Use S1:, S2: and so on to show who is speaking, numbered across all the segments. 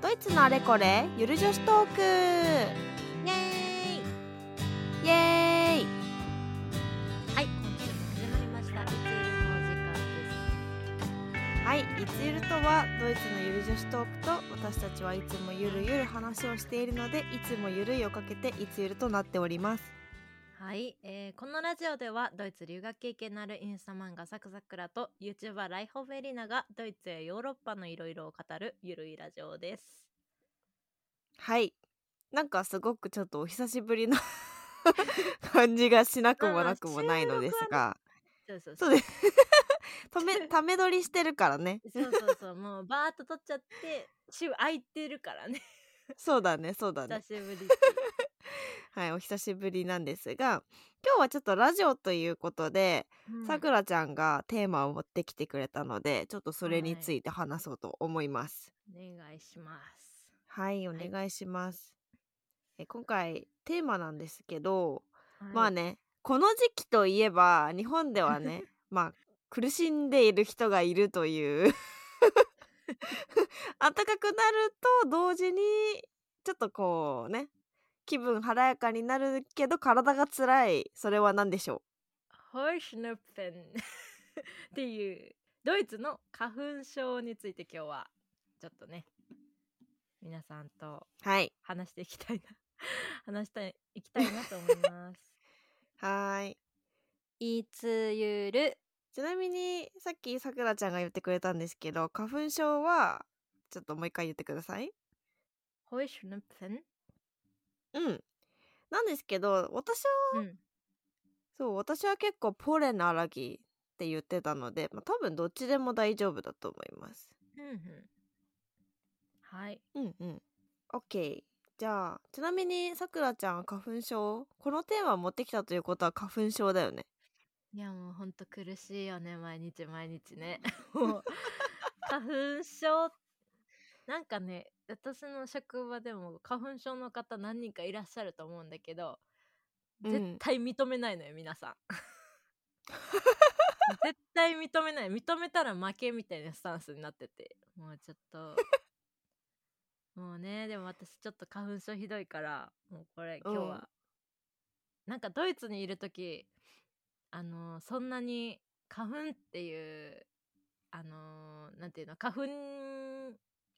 S1: ドイツのあれこれゆる女子トーク
S2: イエ
S1: イエーイ
S2: ーイはい今週も始まりました「いついる」のお時間です
S1: はい「いつゆる」とはドイツのゆる女子トークと私たちはいつもゆるゆる話をしているのでいつもゆるいをかけて「いつゆる」となっております
S2: はい、えーこのラジオではドイツ留学経験のあるインスタ漫画サクサクラと YouTuber ライホフェリーナがドイツやヨーロッパのいろいろを語るゆるいラジオです
S1: はいなんかすごくちょっとお久しぶりの感じがしなくもなくもないのですが
S2: そうそう
S1: そう
S2: う
S1: です ためため撮りしてるからね
S2: そうそうそうもうバーッと撮っちゃって週空いてるからね
S1: そうだねそうだね
S2: 久しぶりっていう
S1: はい、お久しぶりなんですが今日はちょっとラジオということで
S2: うん
S1: さくらちゃんがテーマを持ってきてくれたのでちょっとそれに
S2: はい
S1: ついて話そうと思います。
S2: お願いします
S1: はい、
S2: は
S1: お
S2: い
S1: 願いします、え今回テーマなんですけど、まあ
S2: ね
S1: ねこの時期といえば日本ではねまあ苦しんでいる人がいるという 暖かくなると同時にちょっとこうね気分晴らやかになるけど体が辛いそれは何でしょ
S2: Heuschnupfen っていうドイツの花粉症について今日はちょっとね皆さんと
S1: うはい
S2: 話していきたいな 話したいいきたいなと思います
S1: はーい
S2: いつゆる
S1: ちなみにさっきさくらちゃんが言ってくれたんですけど花粉症はちょっともう一回言ってください
S2: Heuschnupfen
S1: うんなんですけど私は
S2: うん
S1: そう私は結構ポレンアラギーって言ってたので、まあ、多分どっちでも大丈夫だと思います
S2: うんうんはい
S1: うんうん OK じゃあちなみにさくらちゃんは花粉症このテーマを持ってきたということは花粉症だよね
S2: いやもうほんと苦しいよね毎日毎日ね もう花粉症なんかね私の職場でも花粉症の方何人かいらっしゃると思うんだけど
S1: うん
S2: 絶対認めないのよ、皆さん絶対認めない認めたら負けみたいなスタンスになっててもうちょっともうねでも私ちょっと花粉症ひどいからもうこれ今日は、なんかドイツにいる時あのーそんなに花粉っていうあのーなんていうの花粉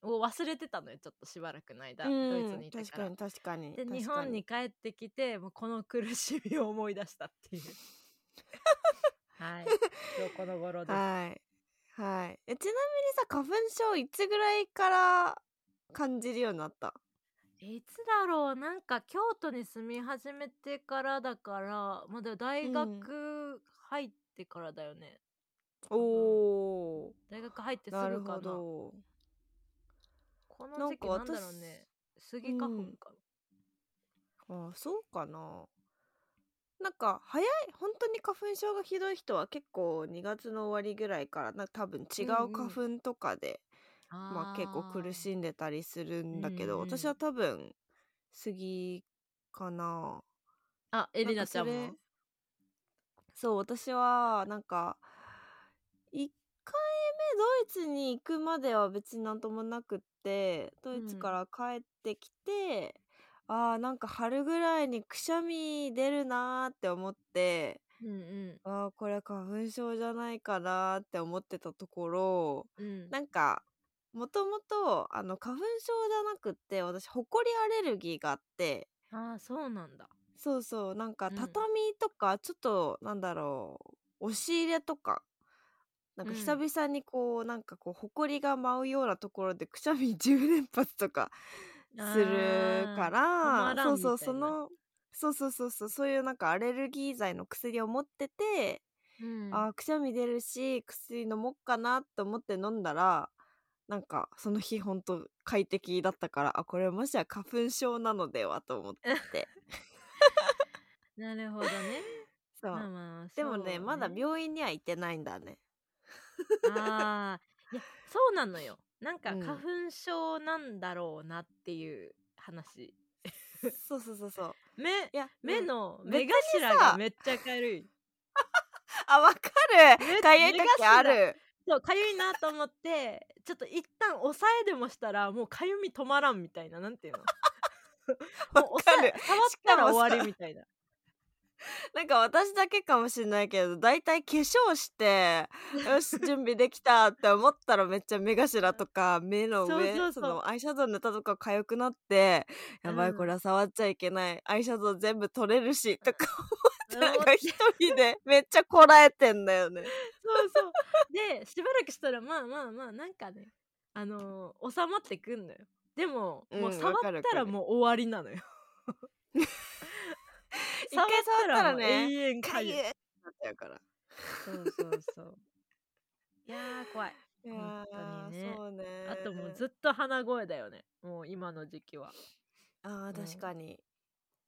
S2: を忘れてたのよちょっとしばらくの間、ドイツにいて
S1: 確
S2: から
S1: かに確かに
S2: で
S1: 確か
S2: 日本に帰ってきてもうこの苦しみを思い出したっていう はい今日この頃です
S1: はいはいえちなみにさ花粉症いつぐらいから感じるようになった
S2: えいつだろうなんか京都に住み始めてからだからまあでも大学入ってからだよね、
S1: おお
S2: 大学入ってすぐ
S1: な
S2: かな
S1: るほど
S2: この時期なんだろうね杉花粉
S1: うん
S2: かな、
S1: あそうかななんか早い本当に花粉症がひどい人は結構2月の終わりぐらいからな多分違うん
S2: ううん
S1: 花粉とかで、まあ、結構苦しんでたりするんだけど、
S2: うんうん
S1: 私は多分杉かな
S2: あエリナちゃんも
S1: なんかそう私はなんか1回目ドイツに行くまでは別になんともなくってドイツから帰ってきて、あーなんか春ぐらいにくしゃみ出るなーって思って
S2: うん
S1: あーこれ花粉症じゃないかなーって思ってたところ
S2: うんうん
S1: なんかもともとあの花粉症じゃなくって私ホコリアレルギーがあって。
S2: ああそうなんだ
S1: そうそうなんか
S2: うん
S1: 畳とかちょっと、なんだろう押し入れとかなんか
S2: うん
S1: 久々にこう、なんかこうほこりが舞うようなところでくしゃみ10連発とか
S2: あー
S1: するか
S2: ま
S1: ら
S2: らん
S1: そうそう
S2: みたい
S1: そ
S2: な
S1: のそうそうそうそうそういうなんかアレルギー剤の薬を持ってて、
S2: うん
S1: あーくしゃみ出るし薬飲もうかなと思って飲んだらなんかその日ほんと快適だったからあこれもしや花粉症なのではと思って
S2: なるほ どね
S1: そう。
S2: まあまあ
S1: でもね
S2: そう
S1: まだ病院には行ってないんだね。
S2: あーいやそうなのよなんか
S1: うん
S2: 花粉症なんだろうなっていう話、
S1: そうそうそうそう。い
S2: 目
S1: や
S2: 目
S1: うん
S2: の
S1: 別
S2: 目
S1: にさ
S2: 頭がめっちゃかゆい
S1: あわか
S2: め
S1: る。かゆい
S2: 目頭
S1: 時ある。
S2: そうかゆいなと思ってちょっと一旦抑えでもしたらもうかゆみ止まらんみたいなな んていうの
S1: わ
S2: もう
S1: か
S2: 抑
S1: る
S2: え触ったら終わりみた いな
S1: なんか私だけかもしれないけどだいたい化粧してよし準備できたって思ったらめっちゃ目頭とか目の上
S2: そうそうそう
S1: のアイシャドウ塗ったとか痒くなってやばい
S2: うん
S1: これは触っちゃいけない、アイシャドウ全部取れるしとか思って
S2: うん
S1: なんか一人でめっちゃこらえてんだよね。
S2: そうそうでしばらくしたらまあまあまあなんかねあのー収まってくんのよでも、
S1: うん
S2: もう触っ
S1: わかるわ
S2: た
S1: からる
S2: もう終わりなのよ
S1: 一回触ったら
S2: もう
S1: ね
S2: 永遠か
S1: か
S2: ゆ
S1: ゆ
S2: い
S1: いってなっちゃうから。
S2: そうそうそういやー怖い
S1: いや
S2: 本当に
S1: ー
S2: ね
S1: そうね。
S2: あともうずっと鼻声だよねもう今の時期は
S1: あー
S2: うん
S1: 確かに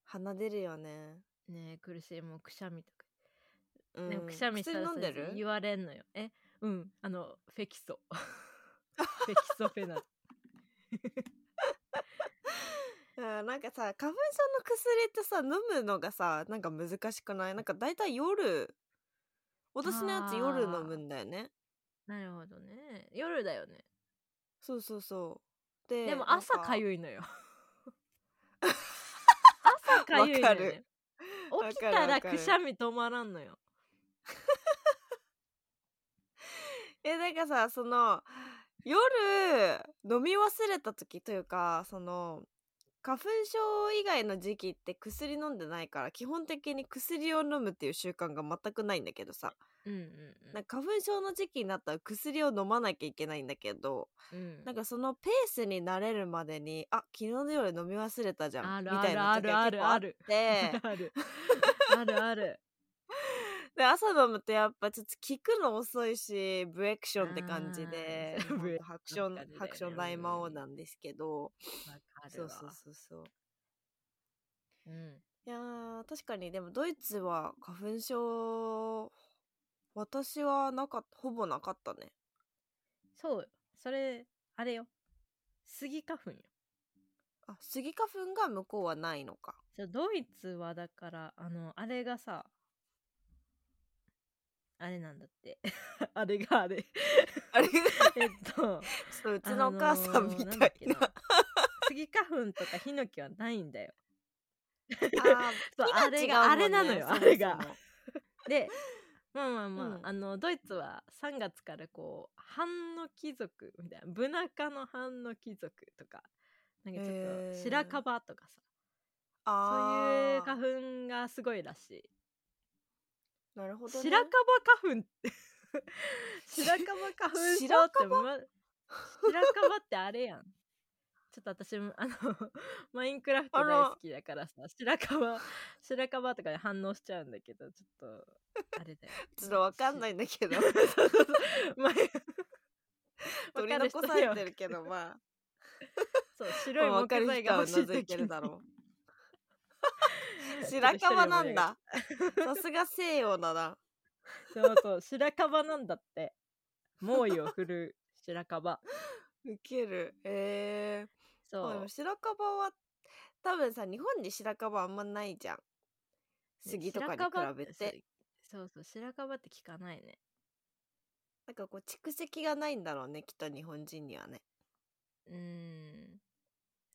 S1: 鼻出るよね。
S2: ねえ苦しいもうくしゃみとか
S1: うん
S2: でもくしゃみした
S1: 薬
S2: ら
S1: 飲んで
S2: それ
S1: る
S2: 言われんのよえうんあのフェ キソフェキソフェナル
S1: うんなんかさ花粉症の薬ってさ飲むのがさなんか難しくないなんか大体夜私のやつ夜飲むんだよね
S2: なるほどね夜だよね
S1: そうそうそうで
S2: でも朝か
S1: い
S2: ゆいのよ朝かゆいの
S1: わか
S2: よ、ね、
S1: る
S2: 起きた
S1: わ
S2: ら
S1: かる
S2: くしゃみ止まらんのよ
S1: えなんかさその夜飲み忘れた時というかその花粉症以外の時期って薬飲んでないから基本的に薬を飲むっていう習慣が全くないんだけどさ
S2: うんうん
S1: なんか花粉症の時期になったら薬を飲まなきゃいけないんだけど
S2: うんうん
S1: なんかそのペースに慣れるまでにあ昨日の夜飲み忘れたじゃ
S2: あ
S1: んみ
S2: る
S1: たいな
S2: あ
S1: 時
S2: る
S1: が
S2: あ
S1: 結
S2: る
S1: 構あ
S2: あ
S1: っ
S2: る
S1: て
S2: あるあ るある
S1: で朝飲むとやっぱちょっと聞くの遅いしブエクションって感じで
S2: あー
S1: もうほん
S2: ブエ
S1: とハク
S2: ク
S1: シ
S2: シ
S1: ョ
S2: ョ
S1: ン、
S2: ンって感じだよね
S1: ハクション大魔王なんですけど
S2: わかる
S1: そう
S2: わ
S1: そうそうそう
S2: うん
S1: いやー確かにでもドイツは花粉症私はなかったほぼなかったね
S2: そうよそれあれよスギ花粉よ
S1: あスギ花粉が向こうはないのか
S2: じゃドイツはだからあのあれがさあれなんだって あれが あれ
S1: あれちょ
S2: えっと
S1: っとうちのお母さんみたいな,、
S2: スギ花粉とかヒノキはないんだよ
S1: あ
S2: そ
S1: ー
S2: う
S1: 木
S2: あれが
S1: 違うもんね
S2: あれなの
S1: そも
S2: よ
S1: そも
S2: あれがでまあまあまあ、
S1: うん
S2: あのドイツは3月からこう半の貴族みたいなブナ科の半の貴族とかなんかちょっ
S1: へー
S2: と白樺とかさ、そうい
S1: あ
S2: う
S1: あ
S2: 花粉がすごいらしい
S1: なるほど、ね、
S2: 白樺花粉って 白樺花粉症って、
S1: 白
S2: ま、白樺ってあれやんちょっと私もあの マインクラフト大好きだからさ白樺白樺とかで反応しちゃうんだけどちょっとあれだよ
S1: ちょっとわかんないんだけど
S2: そうそ うそうマイン
S1: 取り残されてるけどまあ
S2: そう
S1: ま
S2: 白
S1: あ
S2: い
S1: わか
S2: 木
S1: る
S2: 材
S1: 人
S2: が
S1: は
S2: 欲しい
S1: 覗い
S2: 時
S1: てるだ
S2: に
S1: ろう 白樺なんださすが西洋だな
S2: そうそう白樺なんだって猛威を振るう 白樺
S1: ウケるえー、
S2: そ
S1: まあで
S2: う
S1: も白樺は多分さ日本に白樺あんまないじゃん杉とかに比べて
S2: そうそう白樺って聞かないね
S1: なんかこう蓄積がないんだろうねきっと日本人にはね
S2: うーん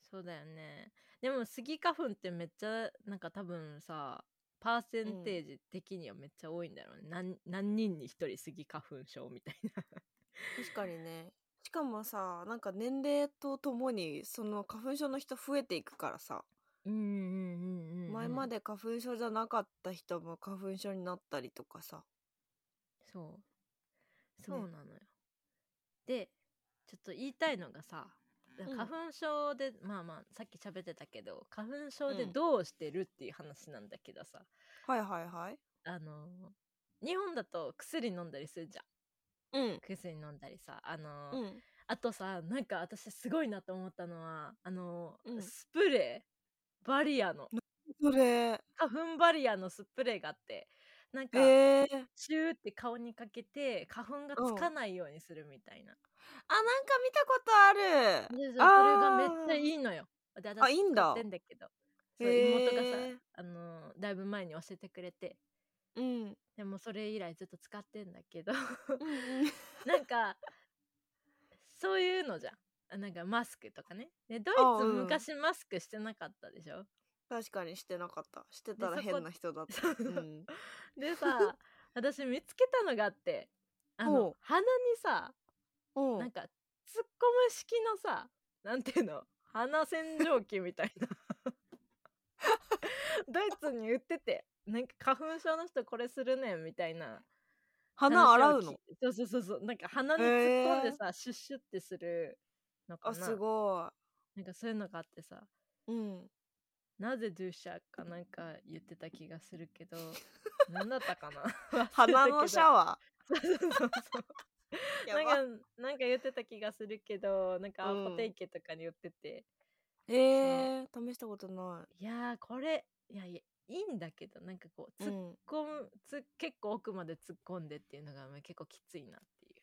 S2: そうだよねでもスギ花粉ってめっちゃなんか多分さパーセンテージ的にはめっちゃ多いんだろうね、なん、何人に一人スギ花粉症みたいな
S1: 確かにねしかもさなんか年齢とともにその花粉症の人増えていくからさ、
S2: うんうんうんうん
S1: 前まで花粉症じゃなかった人も花粉症になったりとかさ
S2: そうそうなのよ、でちょっと言いたいのがさ
S1: ん
S2: 花粉症で、まあまあさっき喋ってたけど花粉症で
S1: うん
S2: どうしてるっていう話なんだけどさ、
S1: はいはいはい
S2: あの日本だと薬飲んだりするじゃん
S1: うん
S2: 薬飲んだりさあの、
S1: うん
S2: あとさなんか私すごいなと思ったのはあの、
S1: うん
S2: スプレーバリアの
S1: それ
S2: 花粉バリアのスプレーがあってなんか、
S1: えー、
S2: シューって顔にかけて花粉がつかないようにするみたいな、
S1: あなんか見たことある
S2: でそ
S1: あー
S2: れがめっちゃいいのよ。で私
S1: あいいんだ
S2: 使ってんだけどそう
S1: へー
S2: 妹がさ、あのーだいぶ前に教えてくれて
S1: うん
S2: でもそれ以来ずっと使ってんだけど
S1: うんうん
S2: なんかそういうのじゃんあなんかマスクとかねでドイ
S1: あ
S2: ツ
S1: うん
S2: 昔マスクしてなかったでしょ
S1: 確かにしてなかったしてたら
S2: でそこ
S1: 変な人だった、うん、
S2: でさ私見つけたのがあってあ
S1: お
S2: の
S1: う
S2: 鼻にさ
S1: う
S2: なん
S1: ん
S2: か突っ込む式のさなんていうの鼻洗浄機みたいな ドイツに売っててなんか花粉症の人これするねんみたいな
S1: 鼻洗う
S2: 話を聞
S1: の
S2: いそうそうそうそうなんか鼻に突っ込んでさ、シュッシュッってするのか
S1: あ
S2: な
S1: すご
S2: なんかそういうのがあってさ
S1: いうん
S2: なぜドゥシャーかなんか言ってた気がするけ ど何だったかな
S1: 鼻のシャ
S2: ー
S1: ワ
S2: そうそうそう
S1: ー
S2: なん
S1: や
S2: か
S1: ば
S2: なんか言ってた気がするけどなんかア
S1: うん
S2: ポテイケとかに言ってて、
S1: えー、試したことない
S2: やーこれいやいやいいんだけどなんかこう
S1: い、
S2: 突
S1: う
S2: っ
S1: ん、
S2: 込む、つ結構奥まで突っ込んでっていうのがまあ結構きついなってい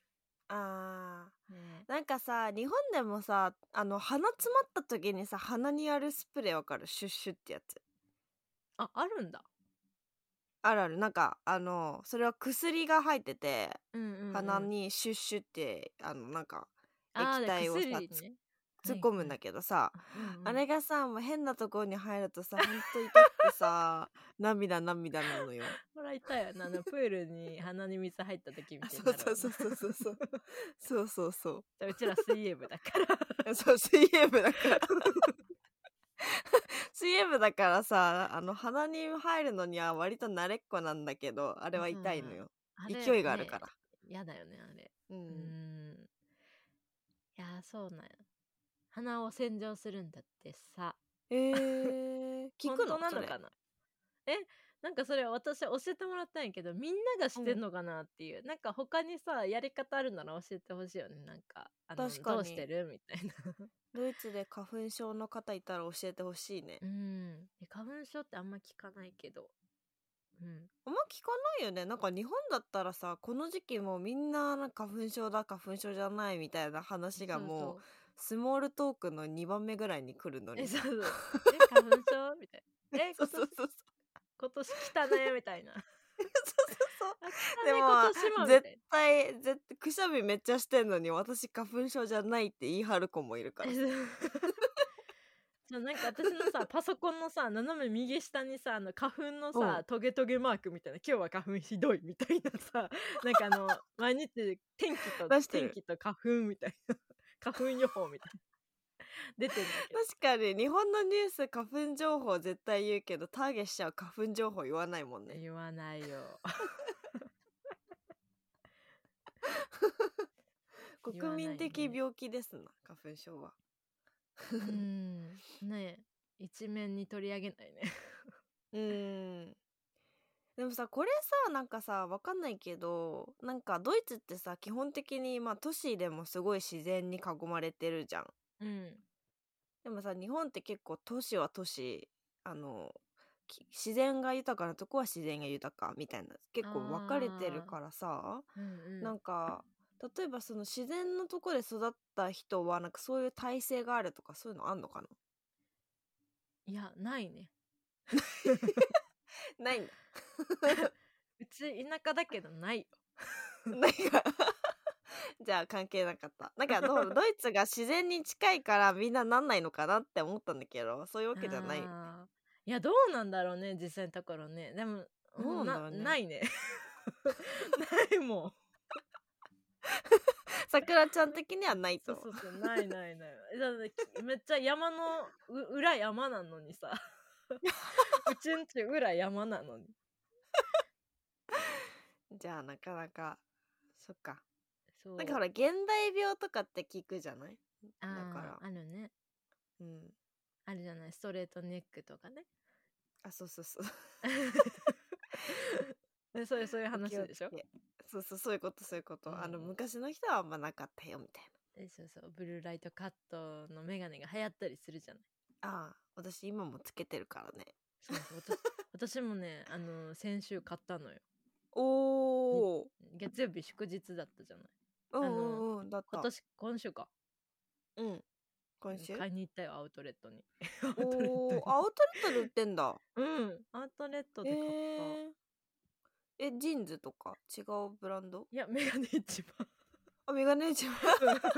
S1: あー
S2: う、ね、
S1: なんかさ日本でもさあの鼻詰まった時にさ鼻にやるスプレーわかるシュッシュってやつ
S2: ああるんだ
S1: あるあるなんかあのそれは薬が入ってて
S2: うんうんうん
S1: 鼻にシュッシュってあのなんか
S2: あー
S1: 液体をさ
S2: 薬にね
S1: 突っ込むんだ
S2: け
S1: けどさ、
S2: ど、うんうん
S1: あれがさもう変なところに入るとさほんと痛くてさ涙涙なのよ
S2: ほらいたよなあのプールに鼻に水入った時み
S1: あ
S2: たい
S1: そう
S2: に なる
S1: そうそうそうそうそうそうそうそう
S2: ううちら水泳部だから
S1: そう水泳部だから水泳部だからさあの鼻に入るのには割と慣れっこなんだけどあれは痛いのよ、
S2: あれ
S1: 勢いがあるから、
S2: ね嫌だよねあれ
S1: う
S2: うんーんいやーそうなんや鼻を洗浄するんだってさ
S1: えー、聞くの
S2: 本当な
S1: そ
S2: の
S1: れ
S2: かなえなんかそれ私教えてもらったんやけどみんながしてんのかなっていう、なんか他にさやり方あるなら教えてほしいよねなんかあの
S1: 確かに
S2: どうしてるみたいな
S1: ドイツで花粉症の方いたら教えてほしいね
S2: うんえ花粉症ってあんま聞かないけどうん
S1: あんま聞かないよねなんか日本だったらさこの時期もうみんななんか花粉症だ花粉症じゃないみたいな話がもう
S2: そう
S1: スモールトークの2番目ぐらいに来るの
S2: そうえ
S1: に
S2: そうそうえ花粉症みたい なえ
S1: そ
S2: 今
S1: うそう
S2: 年
S1: そ うそう
S2: 今年来たねみたいなあ
S1: そう
S2: 来た
S1: で
S2: ね
S1: も
S2: 今年もみたいな
S1: 絶対絶対くしゃみめっちゃしてんのに私花粉症じゃないって言い張る子もいる から
S2: えそうなんか私のさパソコンのさ斜め右下にさあの花粉の
S1: う
S2: さ
S1: ん
S2: トゲトゲマークみたいな今日は花粉ひどいみたいなさ なんかあの毎日天気と
S1: 出してる
S2: 天気と花粉みたいな 花粉予報みたいな出てるんだけど
S1: 確かに日本のニュース花粉情報絶対言うけどターゲしちゃう花粉情報言わないもんね
S2: 言わないよ言わ
S1: 国
S2: ないね
S1: 民的病気ですな花粉症は
S2: うん ねえ一面に取り上げないね
S1: うーんでもさこれさなんかさわかんないけどなんかドイツってさ基本的にまあ都市でもすごい自然に囲まれてるじゃん
S2: うん
S1: でもさ日本って結構都市は都市あのき自然が豊かなとこは自然が豊かみたいな結構分かれてるからさ
S2: うんうん
S1: なんか例えばその自然のとこで育った人はなんかそういう体制があるとかそういうのあんのかない
S2: やないね
S1: ない んだ
S2: うち田舎だけどないよ
S1: なんか じゃあ関係なかったなんか どうドイツが自然に近いからみんななんないのかなって思ったんだけどそういうわけじゃない
S2: あーいやどうなんだろうね実際のところねでも
S1: どうなんだろうね
S2: なないねないもん
S1: さくらちゃん的にはない
S2: そ
S1: と
S2: うそうそうないないないだってきめっちゃ山のう裏山なのにさ うちんち裏山なのに
S1: じゃあなかなかそっか
S2: そう
S1: なんかほら現代病とかって聞くじゃない
S2: あー
S1: だから
S2: あるね
S1: うん
S2: あるじゃないストレートネックとかね
S1: あそうそうそう
S2: でそういうそういう話でしょ
S1: 気をつけそうそうそういうことそういうこと、
S2: うん
S1: あの昔の人はあんまなかったよみたい
S2: でそうそうブルーライトカットのメガネが流行ったりするじゃない
S1: なああ私今もつけてるからね
S2: そうそう私 私もねあの先週買ったのよ
S1: おお
S2: 月曜日祝日だったじゃない
S1: うん
S2: の
S1: うんうんだった
S2: 今年今週か
S1: うん今週
S2: 買いに行ったよアウトレットに
S1: お
S2: トレットに
S1: おーアウトレットで売ってん だ
S2: うんアウトレット
S1: え
S2: で買った、
S1: ーえジーンズとか違うブランド
S2: いやメガネ一番
S1: あメガネ市場なん か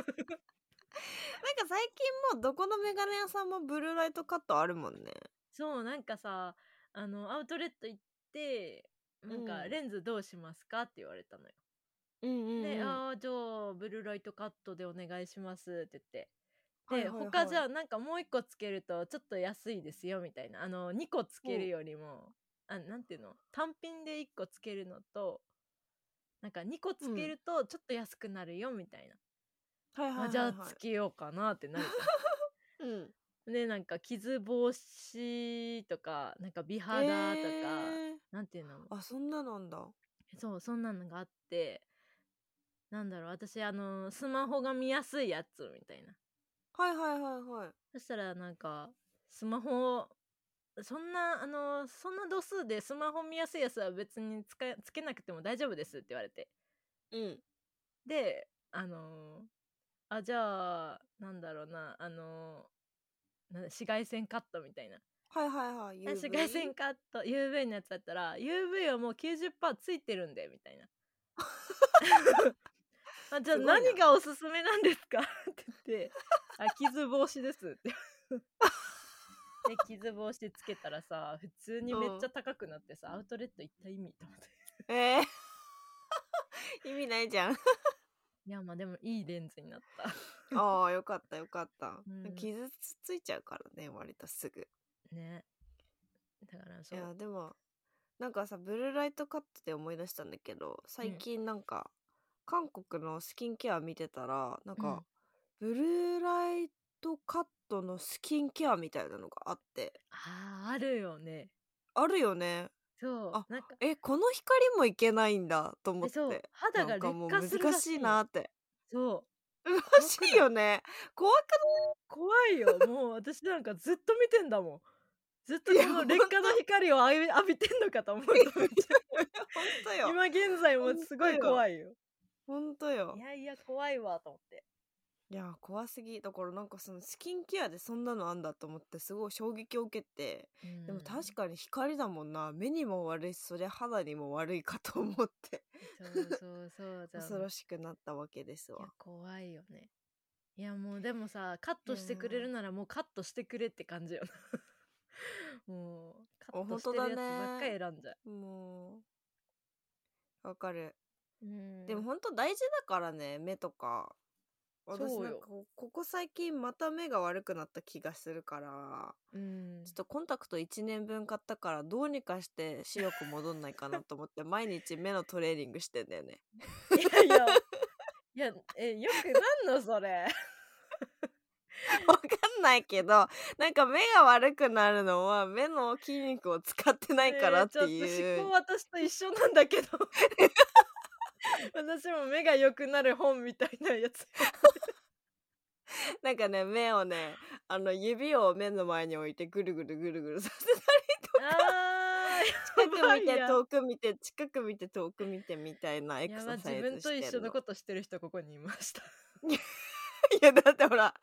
S1: 最近もうどこのメガネ屋さんもブルーライトカットあるもんね
S2: そうなんかさあのアウトレット行ってなんか
S1: うん
S2: レンズどうしますかって言われたのよ、
S1: うんうん、
S2: で「
S1: うん
S2: ああじゃあブルーライトカットでお願いします」って言ってで、
S1: はいはいはい
S2: 他じゃあなんかもう一個つけるとちょっと安いですよみたいなあの2個つけるよりもあなんていうの単品で1個つけるのとなんか2個つけるとちょっと安くなるよみたいな、
S1: はいはいはい、は
S2: あ
S1: い、
S2: じゃあつけようかなってなるじゃん
S1: うん
S2: でなんか傷防止とかなんか美肌とか、
S1: えー
S2: なんていうの
S1: あそんななんだ
S2: そうそんなのがあってなんだろう私あのスマホが見やすいやつみたいな
S1: はいはいはいはい
S2: そしたらなんかスマホそんなあのそんな度数でスマホ見やすいやつは別につかつけなくても大丈夫ですって言われて
S1: うん
S2: であのあじゃあなんだろうなあのなんだ紫外線カットみたいな
S1: はいはいはい
S2: 紫外線
S1: か
S2: カット UV のやつだったら UV はもう90%ついてるんでみたいなあじゃあ
S1: すごいな
S2: 何がおすすめなんですか って言って「あ傷防止です」ってで傷防止つけたらさ普通にめっちゃ高くなってさ、アウトレット行った意味と思って
S1: え ー、意味ないじゃん
S2: いやまあでもいいレンズになった
S1: ああよかったよかった、
S2: うん
S1: 傷ついちゃうからね割とすぐ
S2: ねだから
S1: い
S2: そう
S1: やでもなんかさブルーライトカットで思い出したんだけど最近なんか、韓国のスキンケア見てたらなんか、ブルーライトカットのスキンケアみたいなのがあって
S2: あーあるよね
S1: あるよね
S2: そう
S1: あ
S2: なんか
S1: えこの光もいけないんだと思っ
S2: え
S1: て
S2: そう肌が
S1: なんかも
S2: 劣
S1: う
S2: 化するら
S1: 難しいなって
S2: そう
S1: 難しいよね怖く
S2: 怖いよもう私なんかずっと見てんだもんずっと
S1: いや
S2: この劣化の光を浴び浴びてんのかと思う
S1: ない
S2: と
S1: 本
S2: めっちゃ
S1: 当よ
S2: 今現在もすごい怖いよ
S1: 本当よ
S2: いやいや怖いわと思って
S1: いやー怖すぎだからなんかそのスキンケアでそんなのあんだと思ってすごい衝撃を受けて、でも確かに光だもんな目にも悪いしそれ肌にも悪いかと思って
S2: にそうそうそうだ
S1: 恐ろしくなったわけです
S2: いや
S1: わ
S2: 怖いよねいやもうでもさカットしてくれるならもうカットしてくれって感じよな もうカットしてるやつばっかり選んじゃ
S1: もうわかる、
S2: う、うん
S1: でもほんと大事だからね目とか私
S2: そうよ
S1: なんかこここ最近また目が悪くなった気がするから
S2: うん
S1: ちょっとコンタクト1年分買ったからどうにかして視力戻んないかなと思って毎日目のトレーニングしてんだよね。
S2: いやいやいやえよくなんのそれ
S1: わかんないけどなんか目が悪くなるのは目の筋肉を使ってないからってい
S2: えーちょっと
S1: う
S2: 思。考私と一緒なんだけど 私も目が良くなる本みたいな やつ
S1: なんかね目をねあの指を目の前に置いてぐるぐるぐるぐるさせ
S2: あ
S1: たり
S2: ー
S1: 近
S2: やば
S1: く
S2: い
S1: 見て
S2: や
S1: 遠く見て近く見て遠く見てみたいなエク
S2: やば
S1: サ
S2: 自
S1: サイズ
S2: 分
S1: して
S2: と
S1: る
S2: 一緒のことしてる人ここにいま した
S1: いやだってほら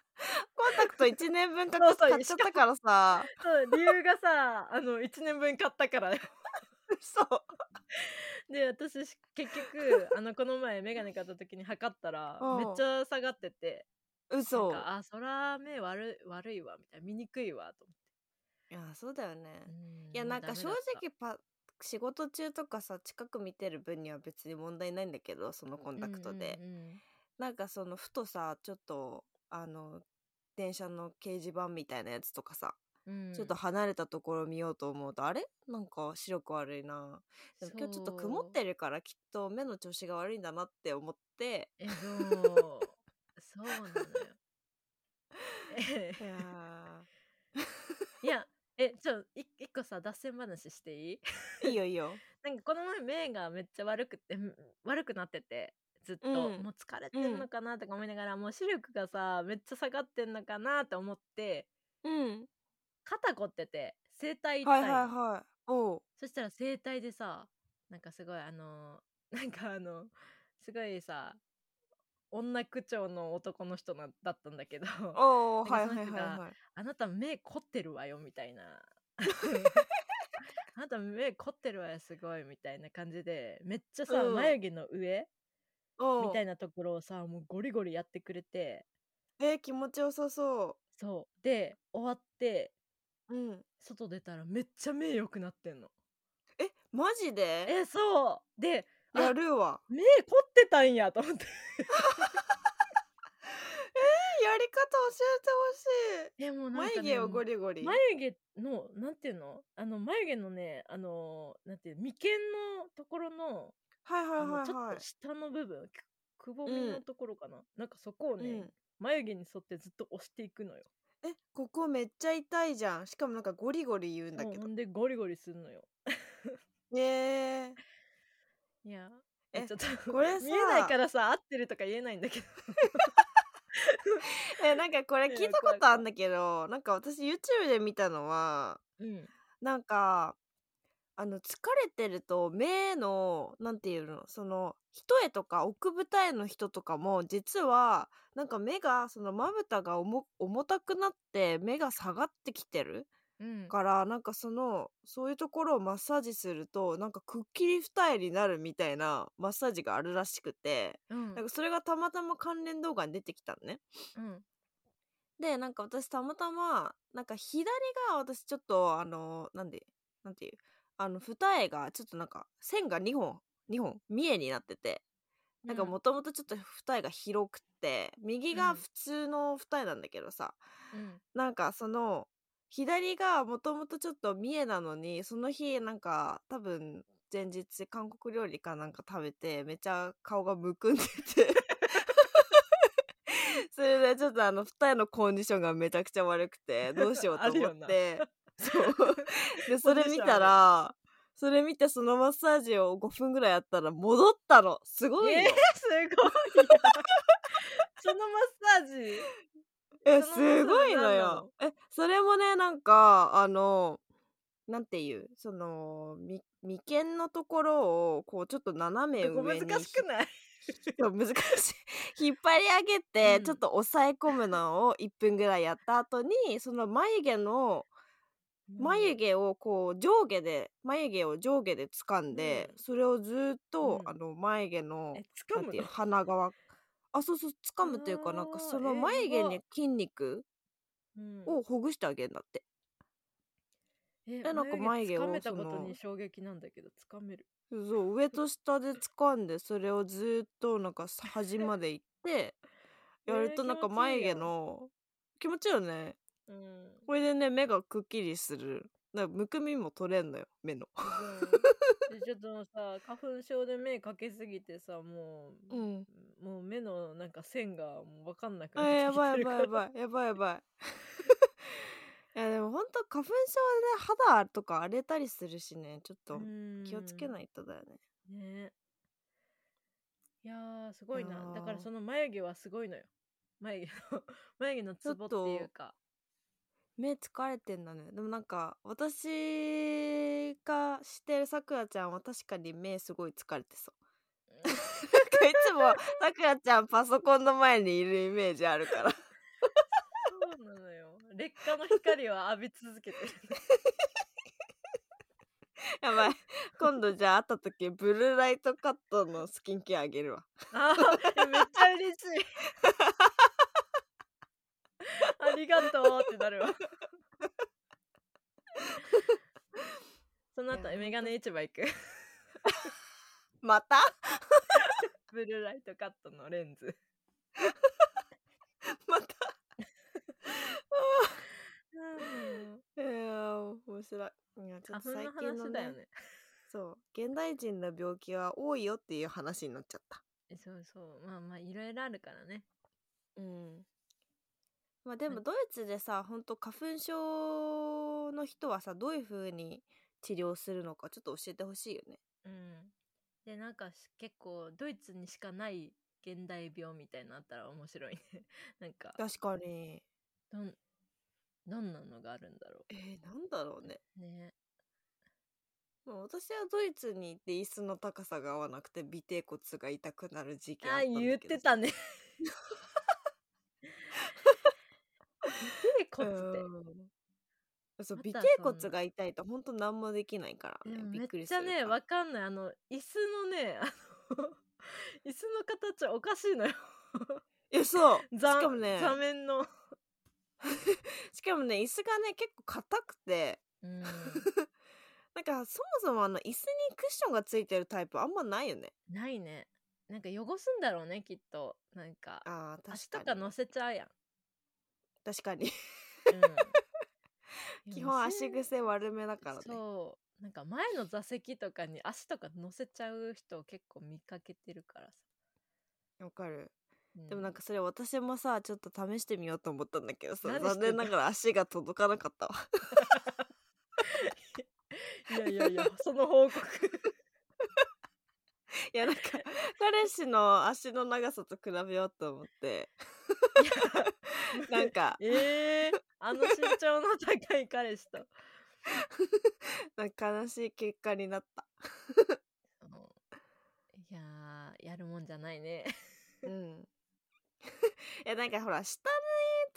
S1: コンタクト1年分買っ
S2: そうそう
S1: 買っちゃったから さ
S2: そう理由がさあの1年分買ったからよ
S1: そう
S2: で私し結局あのこの前眼鏡買った時に測ったら
S1: うん
S2: めっちゃ下がっててなん
S1: 嘘
S2: かあそら目悪い悪いわみたいな見にくいわと
S1: いやそうだよね
S2: 思って
S1: いや
S2: う
S1: なんか
S2: ダメ
S1: 正
S2: だった
S1: 直パ仕事中とかさ近く見てる分には別に問題ないんだけどそのコンタクトで、
S2: うんうんうん
S1: なんかそのふとさちょっとあの電車の掲示板みたいなやつとかさ、
S2: うん
S1: ちょっと離れたところ見ようと思うとあれなんか視力悪いなでも今日ちょっと曇ってるからきっと目の調子が悪いんだなって思って
S2: えそうそうなのよえ
S1: いや
S2: いやえちょい一個さ脱線話してい い
S1: ー いいよいいよ
S2: なんかこの前目がめっちゃ悪くてん悪くなっててずっと、
S1: うん
S2: もう疲れてんのかなとか思いながら、もう視力がさめっちゃ下がってんのかなと思って
S1: うん
S2: 肩凝ってて整体行っ
S1: は
S2: た
S1: い
S2: ん
S1: はい
S2: よ
S1: はいおう
S2: そしたら整体でさなんかすごいあの なんかあのすごいさ女口調の男の人なだったんだけど
S1: おう
S2: な
S1: はい
S2: ん
S1: は
S2: か
S1: いはい
S2: その人が
S1: はい
S2: あなた目凝ってるわよみたいな。 あなた目凝ってるわよすごいみたいな感じでめっちゃさ、
S1: うん
S2: 眉毛の上
S1: お
S2: みたい
S1: な。
S2: なところをさもうゴリゴリやってくれて
S1: えー、気持ちよさそ
S2: そうで終わって
S1: う。うん。
S2: 外出たらめっちゃ目良くなってんの
S1: え、マジで
S2: えそうであ
S1: やるわ。
S2: 目凝ってたんやと思 っ
S1: え
S2: て
S1: やり方教えて
S2: えもう
S1: ほしい。眉毛をゴリゴリ。
S2: 眉毛のなんていうのあの眉毛のねあのなんていう眉間のところの
S1: はいはい
S2: あ
S1: はい
S2: のちょ
S1: は
S2: っ
S1: い
S2: と。下の部分くくぼみのところかな、なんかそこをね、
S1: うん
S2: 眉毛に沿ってずっと押していくのよ
S1: えここめっちゃ痛いじゃんしかもなんかゴリゴリ言うんだけ
S2: うんほ
S1: ど
S2: んでゴリゴリするのよ
S1: ねえ
S2: いや
S1: え
S2: ちょっと
S1: これさ
S2: 見えないからさ合ってるとか言えないんだけど
S1: えなんかこれ
S2: いや
S1: 聞いたことあんだけどなんか私 YouTube で見たのは
S2: うん
S1: なんかあの疲れてると目のなんていうのその一重とか奥二重の人とかも実はなんか目がそのまぶたが重重たくなって目が下がってきてる
S2: うん
S1: からなんかそのそういうところをマッサージするとなんかくっきり二重になるみたいなマッサージがあるらしくて
S2: うん
S1: なんかそれがたまたま関連動画に出てきたのね。
S2: うん
S1: でなんか私たまたまなんか左が私ちょっとあのなんでなんていうあの二重がちょっとなんか線が2本2本三重になっててなんかもともとちょっと二重が広くて右
S2: う
S1: が
S2: ん
S1: 普通の二重なんだけどさ、
S2: うん
S1: なんかその左がもともとちょっと三重なのにその日なんか多分前日韓国料理かなんか食べてめちゃ顔がむくんでて それでちょっとあの二重のコンディションがめちゃくちゃ悪くてどうしようと思っ
S2: ある
S1: てそうでそれ見たらそれ見てそのマッサージを5分ぐらいやったら戻ったのすごいよ、
S2: えー、すごいよそのマッサージ
S1: え
S2: その
S1: すごいのよえそれもねなんかあのなんていうそのみ眉間のところをこうちょっと斜め
S2: どこ
S1: 上
S2: 難
S1: に
S2: しくない
S1: そう難しい 引っ張り上げて、
S2: うん
S1: ちょっと抑え込むのを1分ぐらいやった後にその眉毛の眉毛をこう上下で眉毛を上下で掴んで、
S2: うん
S1: それをずーっと、
S2: うん
S1: あの眉毛の
S2: え
S1: な
S2: 掴
S1: ん
S2: む
S1: ていう
S2: の
S1: 鼻側あそうそう掴むというかなん
S2: あ
S1: か
S2: ー
S1: その
S2: えー
S1: 眉毛
S2: やば
S1: に筋肉
S2: うん
S1: をほぐしてあげるんだって、
S2: え
S1: なんか眉毛を
S2: 掴めたこ
S1: そ
S2: と
S1: の
S2: に衝撃なんだけど掴める
S1: そう上と下で掴んでそれをずーっとなんかさ端まで行 ってやるとなんか眉毛、の気持ちいいよね
S2: えー気持ちいいやんうん
S1: これでね目がくっきりするなんかむくみも取れんのよ目の
S2: うん、でちょっ ともうさ花粉症で目かけすぎてさも う、
S1: うん
S2: もう目のなんか線がもう分かんなく
S1: あ
S2: なってきて
S1: やばいや
S2: るか
S1: ば
S2: ら
S1: いやばいやばいやばい いやでもほんと花粉症でね肌とか荒れたりするしねちょっと気をつけ
S2: い
S1: ないとだよね
S2: ねいやーすごい
S1: いや
S2: な
S1: ー
S2: だからその眉毛はすごいのよ眉毛の 眉毛のツボっていうか
S1: 目疲れてんだねでもなんか私が知ってるさくらちゃんは確かに目すごい疲れてそうなんかいつもさくらちゃんパソコンの前にいるイメージあるから
S2: そうなのよ劣化の光は浴び続けてる
S1: やばい今度じゃあ会った時ブルーライトカットのスキンケアあげるわ
S2: あーめっちゃ嬉しい ありがとうってなるわ その後
S1: いや
S2: メガネ市場行く
S1: また
S2: ブルーライトカットのレ ンズ
S1: また
S2: う
S1: い
S2: ん
S1: やー面白いいやちょっと
S2: 花粉の
S1: 最近の
S2: 話
S1: ね
S2: だよね
S1: そう現代人の病気は多いよっていう話になっちゃった
S2: そうそうまあまあいろいろあるからね
S1: うんまあで
S2: な
S1: も
S2: ん
S1: ドイツでさ本当花粉症の人はさどういう風に治療するのかちょっと教えてほしいよね
S2: うん、でなんかし結構ドイツにしかない現代病みたいなのあったら面白いね なんか
S1: 確かに
S2: どんどんなのがあるんだろ
S1: えー、なんだろうね
S2: うね
S1: まあ私はドイツに行って椅子の高さが合わなくて尾てい骨が痛くなる時期あっ
S2: あ
S1: たんだけど
S2: 言っ てたね で
S1: う
S2: 骨って
S1: んそう
S2: ま
S1: 尾
S2: た
S1: てい
S2: そんな
S1: 骨が痛いと本当何もできないから
S2: で
S1: ね
S2: も
S1: び
S2: め
S1: っくり
S2: っ
S1: す
S2: ち
S1: る
S2: ゃね
S1: から
S2: わかんないあの椅子のねあの椅子の形おかしいのよ
S1: え そうし
S2: 座
S1: かもね
S2: 座 面の
S1: しかもね椅子がね結構硬くて
S2: うん
S1: なんかそもそもあの椅子にクッションがついてるタイプあんまないよね
S2: ないねなんか汚すんだろうねきっとなんか
S1: あー
S2: 足
S1: 確か
S2: とか
S1: に
S2: 乗せちゃうやん、
S1: 確かに
S2: うん、
S1: 基本足
S2: ぐ
S1: 癖悪めだからね
S2: そうなんか前の座席とかに足とか乗せちゃう人を結構見かけてるからさ、
S1: わかる
S2: うん
S1: でもなんかそれ私もさちょっと試してみようと思ったんだけどさ
S2: 何し
S1: 残
S2: てんの
S1: 念ながら足が届かなかったわ
S2: いやいやいやその報告
S1: い やなんか彼氏の足の長さと比べようと思ってなんか
S2: ええあの身長の高い彼氏と
S1: なんか悲しい結果になった
S2: いやーやるもんじゃないね
S1: うん いやなんかほら下に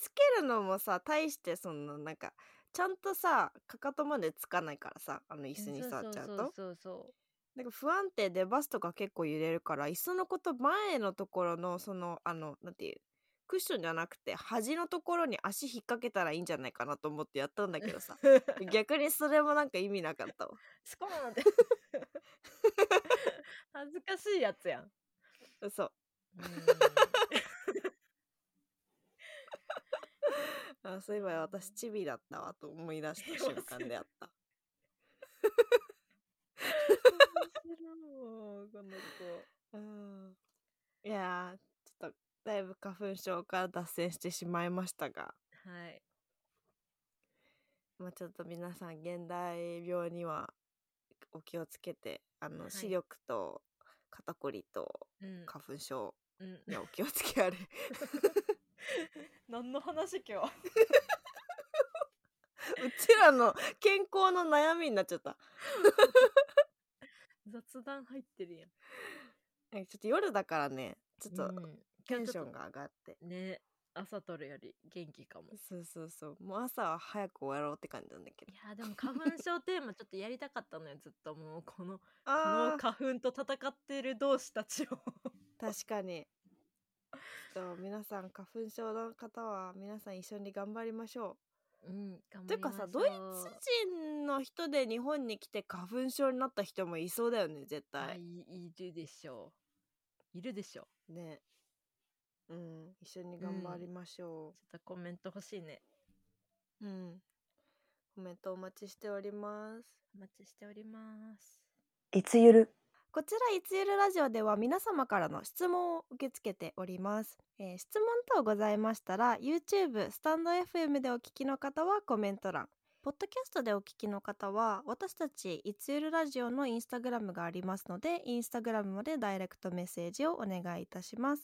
S1: つけるのもさ大してそのなんかちゃんとさかかとまでつかないからさあの椅子にさ
S2: そう
S1: ちゃん
S2: そう
S1: と
S2: そうそう
S1: なんか不安定でバスとか結構揺れるから椅子のこと前のところのそのあのなんていうクッションじゃなくて端のところに足引っ掛けたらいいんじゃないかなと思ってやったんだけどさ
S2: そう
S1: 逆にそれもなんか意味なかったわ
S2: スコーンって恥ずかしいやつやん
S1: 嘘
S2: うん
S1: あそういえば私チビだったわと思い出した瞬間であった
S2: もうこの子
S1: うんいやーちょっとだいぶ花粉症から脱線してしまいましたが、
S2: はい
S1: まあ、ちょっと皆さん現代病にはお気をつけてあの、
S2: はい
S1: 視力と肩こりと
S2: うん、
S1: 花粉症
S2: うん
S1: にはお気をつけあれ
S2: 何の話今日
S1: うちらの健康の悩みになっちゃった
S2: 雑談入ってるやん
S1: えちょっと夜だからねちょっと
S2: うん
S1: テ
S2: 今
S1: ン
S2: 日
S1: シ
S2: ちょ
S1: ョ
S2: っ
S1: ン
S2: と
S1: が上がって、
S2: ね朝撮るより元気かも
S1: そうそうそうもう朝は早く終わろうって感じなんだけ
S2: い
S1: ど
S2: やーでも花粉症テーマちょっとやりたかったのよずっともうこのこ
S1: あー
S2: の花粉と戦っている同志たちを
S1: 確かに。 ちょっと皆さん花粉症の方は皆さん一緒に頑張りましょ
S2: うん頑
S1: う。
S2: 張
S1: て
S2: りま
S1: か
S2: しょ
S1: さ
S2: う
S1: ドイツ人の人で日本に来て花粉症になった人もいそうだよね絶
S2: あ
S1: 対。
S2: いいるでしょういるでしょう
S1: ね。うん一緒に頑張りましょ
S2: ちょっとコメント欲しいね
S1: う。うん、コメントお待ちしております。
S2: お待ちしております
S3: いつゆる
S1: こちらいつゆるラジオでは皆様からの質問を受け付けております、えー質問等ございましたら YouTube スタンド FM でお聞きの方はコメント欄ポッドキャストでお聞きの方は私たちいつゆるラジオのインスタグラムがありますのでインスタグラムまでダイレクトメッセージをお願いいたします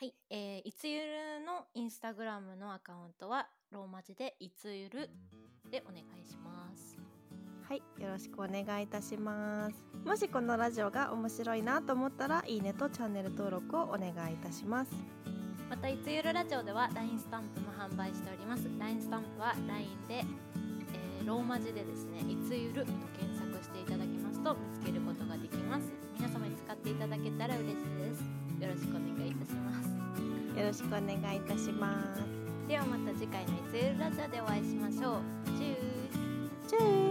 S4: はい、えー、いつゆるのインスタグラムのアカウントはローマ字でいつゆるでお願いします。
S1: はいよろしくお願いいたしますもしこのラジオが面白いなと思ったらいいねとチャンネル登録をお願いいたします
S4: またいつゆるラジオでは LINE スタンプも販売しております。LINE スタンプは LINE で、えーローマ字でですね、いつゆると検索していただきますと見つけることができます。皆様に使っていただけたら嬉しいです。よろしくお願いいたします。
S1: よろしくお願いいたします
S4: ではまた次回のいつゆるラジオでお会いしましょう。チュース。
S1: チュー